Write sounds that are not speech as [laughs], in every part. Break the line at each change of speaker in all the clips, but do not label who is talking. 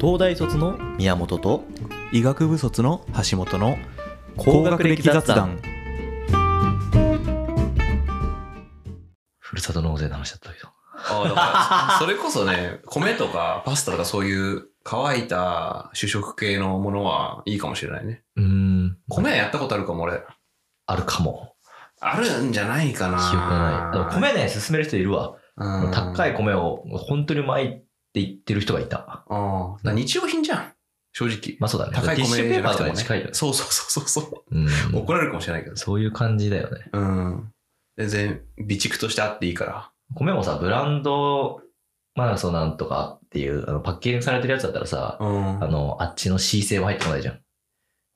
東大卒の宮本と
医学部卒の橋本の
高学歴雑談
ふるさと納税の話だったけど。
ああ、だから、それ [laughs] こそね、米とかパスタとかそういう乾いた主食系のものはいいかもしれないね。
うーん。
米はやったことあるかも、俺。
あるかも。
あるんじゃないかな。
記憶がない。でも米ね、勧める人いるわ。
うん
高い。米を本当にうまいって言ってる人がいた。
ああ、だから日用品じゃん。正直。
まあそうだね。
高い
ティッシュペ
米じゃ
ーパ
な
ーと
くて
か
も
に
ね。
近いよね。
そうそうそうそう。
うん
[laughs] 怒られるかもしれないけど。
そういう感じだよね。
うん。全然、備蓄としてあっていいから。
米もさ、ブランド、まあそうなんとかっていう、あのパッケージングされてるやつだったらさ、
うん。
あの、あっちの C 製も入ってこないじゃん。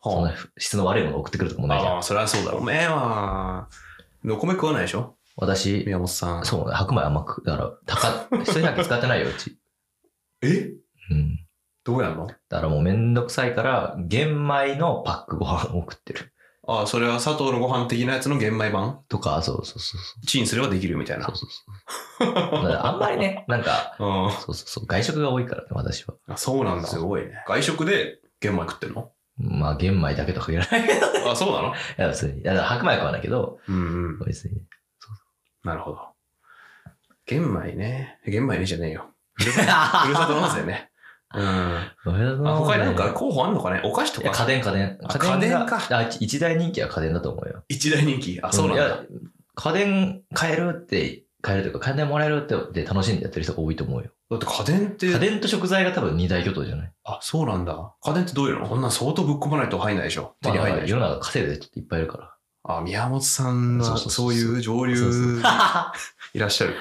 そんな質の悪いもの送ってくるとこもないじゃ
あ
ん。
あ、それはそうだろう。おめえは、お米食わないでしょ
私、
宮本さん。
そうね、白米甘く、だから、高っ、一人だけ使ってないよ、うち。
え
うん。
どうやんの
だからもうめんどくさいから、玄米のパックご飯を送ってる。
ああ、それは佐藤のご飯的なやつの玄米版
とか、そうそうそうそ。
チンすればできるみたいうな。
そうそうそう。だからあんまりね、なんか、
うん
そうそうそう、外食が多いからね、私は。
あそうなんだ。すごいね。外食で玄米食ってんの
まあ、玄米だけとは限らない。い
あ、そうなの
や、別に。いや、白米は食わないけど、
うんうん。
別に。
なるほど。玄米ね。玄米ねじゃねえよ。ふるさと納税ね。うん。あ他になんか候補あんのかねお菓子と
いや家
か。
電、家電。
あ
が
家電か
あ一大人気は家電だと思うよ。
一大人気。あ、そうなん
い
だ
や。家電買えるって、買えるというか、家電もらえるってで楽しんでやってる人が多いと思うよ。
だって家電って。
家電と食材が多分二大巨頭じゃない
あ、そうなんだ。家電ってどういうのこんなん相当ぶっ込まないと入んないでしょ。手
まあ
に入んないでし
世
ょ。
の中稼いでる人っていっぱいいるか
あ、宮本さん
そ
は
うそうそ
そう
そう
ういう上流
そう [laughs] そう
いらっしゃる。
ら。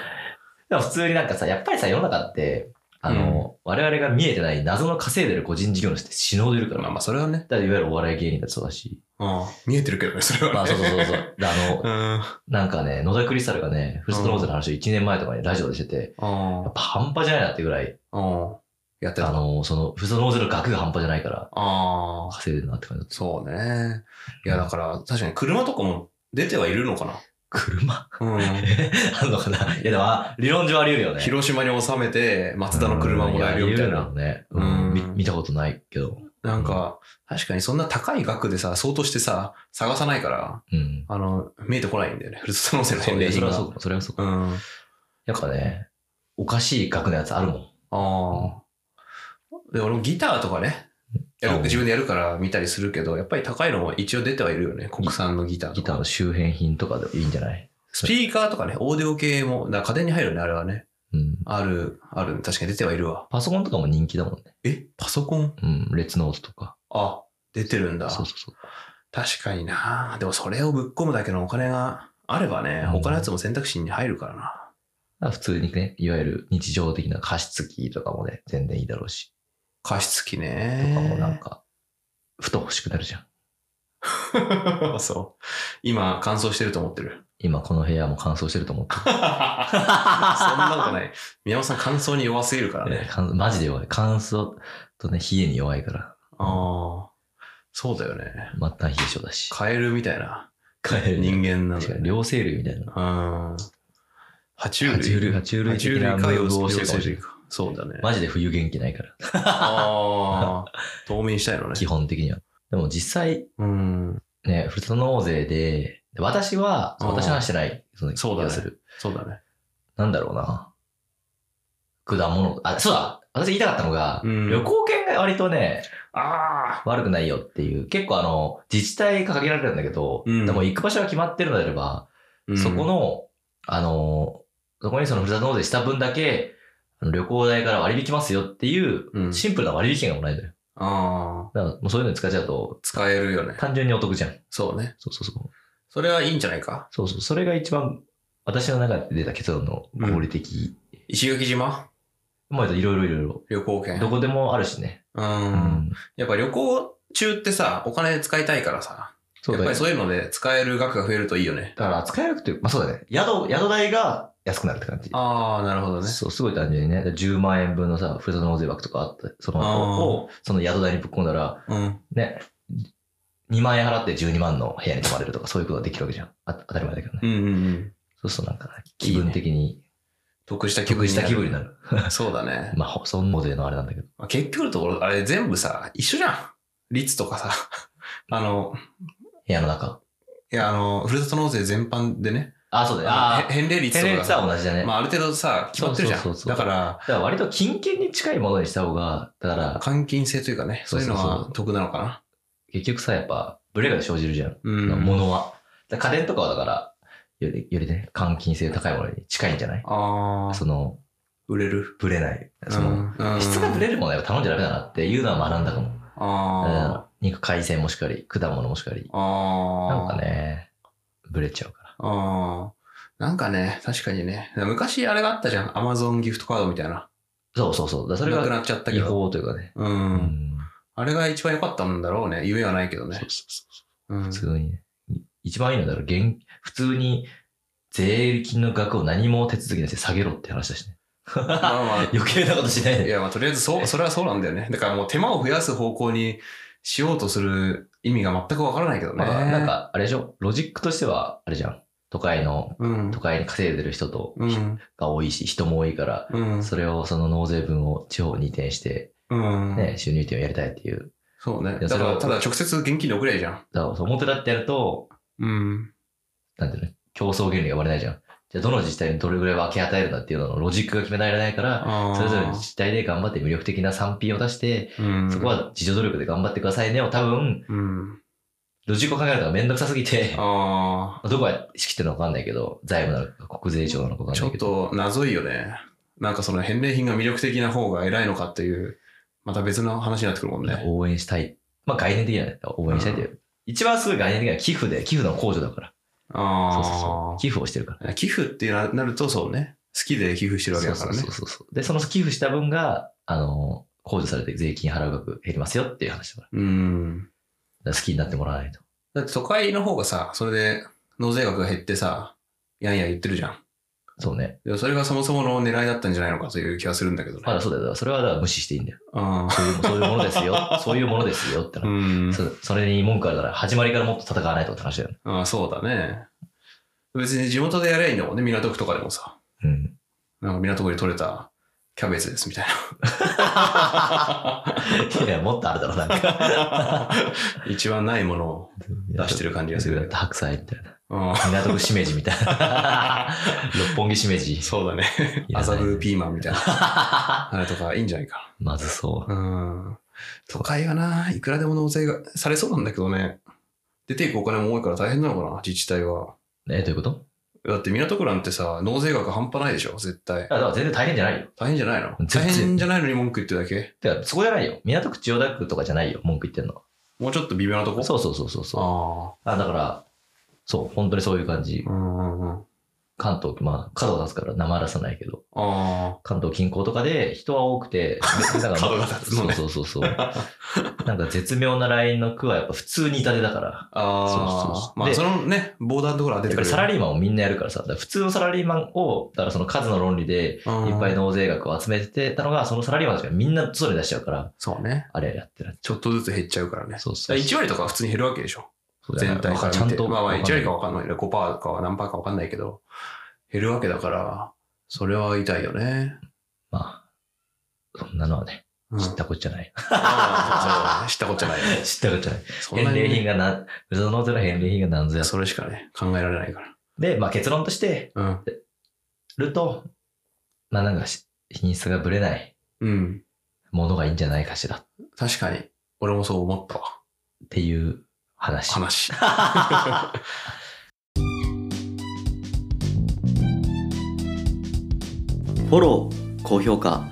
でも普通になんかさ、やっぱりさ、世の中って、あの、我々が見えてない謎の稼いでる個人事業主って死のうでいるから。
まあまあ、それはね。
だっていわゆるお笑い芸人だってそうだし。
うん。見えてるけどね、それはね。
まあそうそうそう [laughs] そう。であの、
うん。
なんかね、野田クリスタルがね、フルストローズの話を1年前とかにラジオでしてて、
うん
やっぱ半端じゃないなってぐらい、
うん。やって
あ
た。あ
の、その、フルストローズの額が半端じゃないから、
あー。
稼いでるなって感じだった。
そうね。いや、だから、確かに車とかも出てはいるのかな。
車 [laughs]
うん。
あんのかないや、でも、理論上あり得るよね。
広島に収めて、マツダの車もらえるよみたいな。
うんやあり得るだろうね。うん
うん
み見たことないけど。
なんか、確かにそんな高い額でさ、相当してさ、探さないから、
うん。
あの、見えてこないんだよね。ふるさと納税の
そ
返
う
礼
ねそ
品
れは
が。
そうか、それはそうか。
うん。
やっぱね、おかしい額のやつあるもん。
ああ。で、俺もギターとかね、や
うん
る自分でやるから見たりするけど、やっぱり高いのも一応出てはいるよね。国産のギターと
ギター
か。
の周辺品とかでいいんじゃない
スピーカーとかね、オーディオ系も、だから家電に入るよね、あれはね。
うん。
ある、ある、確かに出てはいるわ。
パソコンとかも人気だもんね。
え、パソコン
うん。レッツノートとか。
あ、出てるんだ。
そうそうそう。
確かにな。でもそれをぶっ込むだけのお金があればね、
うん
他のやつも選択肢に入るからな。
だから普通にね、いわゆる日常的な加湿器とかもね、全然いいだろうし。
加湿器
とかもなん
ね。
か、ふと欲しくなるじゃん。
[laughs] そう。今、乾燥してると思っ
[laughs]
てる。
今この部屋も乾燥してると思って。
そんなことない。宮本さん乾燥に弱すぎるから
えー
ね。
乾マジで弱い。乾燥とね、冷えに弱いから。
ああ。そうだよね。
末端冷え性だし。
カエルみたいな
帰
人間なん
確か
だよ
に、
ね。
両生類みたいな。
うん。爬虫類。
爬虫類、爬虫類
爬虫
的
類
なム
か
ー
両
ブをして
生
るかもしれ
類
ない。
か。そう
[laughs]
だね。
マジで冬元気ないから、
ああ。冬眠したいのね。
基本的には。でも実際、
うん。
ね、ふるさと納税で、で私は、
うん
私の話してない、その
そうだね
気がする。
そうだね。
なんだろうな。果物、あ、そうだ私言いたかったのが、
うん
旅行券が割とね、
ああ。
悪くないよっていう、結構あの、自治体が限られるんだけど、
うん
でも行く場所が決まってるのであれば、そこの、あの、そこにそのふるさと納税した分だけ、あの旅行代から割引きますよっていう、
うん
シンプルな割引券がもらえるのよ。
うん。ああ。
だからもうそういうのに使っちゃうと、
使えるよね。
単純にお得じゃん。
そうね。
そうそうそう。
それはいいんじゃないか。
そうそう。それが一番、私の中で出た結論の合理的。
石垣島
まあ、いろいろいろいろ。
旅行券。
どこでもあるしね。
う。。
うん
やっぱ旅行中ってさ、お金使いたいからさ、
そう
や
だ
っぱ
ね
り。そういうので使える額が増えるといいよね。
だから、使えなくて、まあそうだね。宿、宿代が安くなるって感じ。
ああ、なるほどね。
そう、すごい単純にね。10万円分のさ、ふるさと納税枠とかあって、その
あー
を、その宿代にぶっ込んだら、
うん。
ね、2万円払って12万の部屋に泊まれるとか、そういうことができるわけじゃん。あ当たり前だけどね。
うんうんうん。
そうするとなんか、気分的に
得した気
得
分に
し
な
た
る
気分になる。
そうだね。
まあ、ほそんモデルのあれなんだけど。
まあ結局のところ、あれ全部さ、一緒じゃん。率とか
[laughs]
さ。あの、
部屋の中。
いや、あの、ふるさと納税全般でね。
あ、そうだよ。あ
へ返礼
あ、
率
テ
と
レ
か
ビ
さ
さ、同じだね。
まあ、ある程度さ、決まってるじゃ
そうんそう。そうそ
だ
う
から、
だから割と金券に近いものにした方が、だから、
換金制というかね、そういうの
そうそう
は
そう
得なのかな。
結局さ、やっぱ、ブレが生じるじゃん。
う
ものは。だから家電とかはだから、より、よりね、換金性高いものに近いんじゃない
ああ、
その、
売れる。
ブレない。その、
うん
質がブレるものはやっぱ頼んじゃダメだなっていうのは学んだかも。うん
あ
肉、海鮮もしかり、果物もしかり
あ。。ああ。
なんか。ね、ブレちゃうから。
ああ。なんかね、確かにね。昔あれがあったじゃん。アマゾンギフトカードみたいな。
そうそうそう。だからそ
そ
れ
れなく
が
なっちゃったけ
違
ど。
法というかね。
う。
うんん。
あれが一番良かったんだろうね。夢はないけど
そう
ね
そう。そう。
うん
普通にね。い一番いいのはだから現、普通に税金の額を何も手続きなしで下げろって話だしね。 [laughs]
まあまあ
余計なことしない
い
で。
や、まあ、とりあえ
[laughs]
ず、そう、それはそうなんだよね。だからもう手間を増やす方向にしようとする意味が全くわからないけどね。
まあなん、か、あれでしょロジックとしては、あれじゃん。都会の、
うん
都。会に稼いでる人と、
うん。
が多いし、人も多いから、 [laughs]
うん。
それを、その納税分を地方に移転して、
うん。
ね、収入点をやりたいっていう。
そうね。
いや
だか
それ
ら、
は
ただ直接現金で送りゃいいじゃん。
だから、そう表立ってやると、
うん。
なんていうの、競争原理が生まれないじゃん。じゃあ、どの自治体にどれぐらい分け与えるかっていうののロジックが決められないから、
あー
それぞれの自治体で頑張って魅力的な産品を出して、
うん。
そこ、は自助努力で頑張ってくださいねを多分、
うん。
ロジックを考えるのがめんどくさすぎて、
あ
どこが仕切ってるのかわかんないけど、財務なのか国税庁なのかわ
あ、
か
ち
んない
ょっ
けど。
と謎いよね。なんかその返礼品が魅力的な方が偉いのかっていう、また別の話になってくるもんね。
応援したい。まあ概念的なね。応援したいという。一番すごい概念的なのは寄付で、寄付の控除だから。
ああ。
そうそうそう。寄付をしてるから。
寄付ってななるとそうね。好きで寄付してるわけだからね
そう。そうそうそう。で、その寄付した分が、あの、控除されて税金払う額減りますよっていう話だから。
うん。
だから好きになってもらわないと。
だって都会の方がさ、それで納税額が減ってさ、やんや言ってるじゃん。
そうね。
でもそれがそもそもの狙いだったんじゃないのかという気がするんだけどね。
まだそうだよ。だからそれはだから無視していいんだよ。
あ
そういうそういうものですよ。そういうものですよって
う
話
ん。
そそれに文句あるなら始まりからもっと戦わないとって話だよね。
ああ、そうだね。別に地元でやりゃいいんだもんね。港区とかでもさ。
うん。
なんか港区で取れたキャベツですみたい
[laughs] いや、もっとあるだろ、なんか。
な。 [laughs] 一番ないものを出して
る
る感じ
や
が
つ
する。
白菜みたいな。
うん。
港区しめじみたいな。 [laughs] 六本木しめじ。
そうだね。
いらない
麻布ピーマンみたいな。あれとかいいんじゃないか
[laughs] まずそ
な。うん。都会はな、いくらでも納税がされそうなんだけどね。出ていくお金も多いから大変なのかな、自治体は。
う。え、どういうこと
だって港区なんてさ、納税額半端ないでしょ、絶対。
あだから全然大変じゃないよ。
大変じゃないの
全
大
然
変じゃないのに文句言ってるだけ
てか、そこじゃないよ。港区千代田区とかじゃないよ、文句言ってんの。
もうちょっと微妙なとこ
そうそうそうそうそう。
あ
あ、だから、そう、本当にそういう感じ
あ。。うんうんうん。
関東、まあ、角を出すから名前出さないけど、
あ
関東近郊とかで人は多く
[laughs]
て、だから
角が立つのね
そうそうそうそう。なんか絶妙なラインの区はやっぱ普通に痛手だから。
あ。ああ。
そうそうそう
まあ、
で
そのね、ボーダーのところは出
や
て
っぱ
くる。
りサラリーマンをみんなやるからさ、だから普通のサラリーマンを、だからその数の論理で、い
い
っぱい。納税額を集めてたのが、そのサラリーマンたちがみんな外に出しちゃうから、
そうね。
あれやってる。
ちょっとずつ減っちゃうからね。
そう
だ
そう。
1割とかは普通に減るわけでしょ。
そう
全体から見て。
ちゃんと。
まあまあ1割か
わ
わかんないね。5%かは何パーかわかんないけど、減るわけだから、それは痛いよね。
んないまあ、そんなのはね、
うん、
知ったこっちゃない。
ああそうそう知ったことじゃないよ
[laughs]
ね。
知ったこっちゃない。
そんな
返
に
礼
ね
品がな、うどの税の返礼品が何ぞや。
それしかね、考えられないか
で、まあ結論として
ら。
ると、まあなんかし品質がぶれない
うん。うん。
ものがいいんじゃないかしらっ
確かに。俺もそう思ったわ。
ていう話。
話。
[laughs] フォロー高評価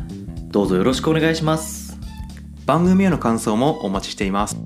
どうぞよろしくお願いします
番組への感想もお待ちしています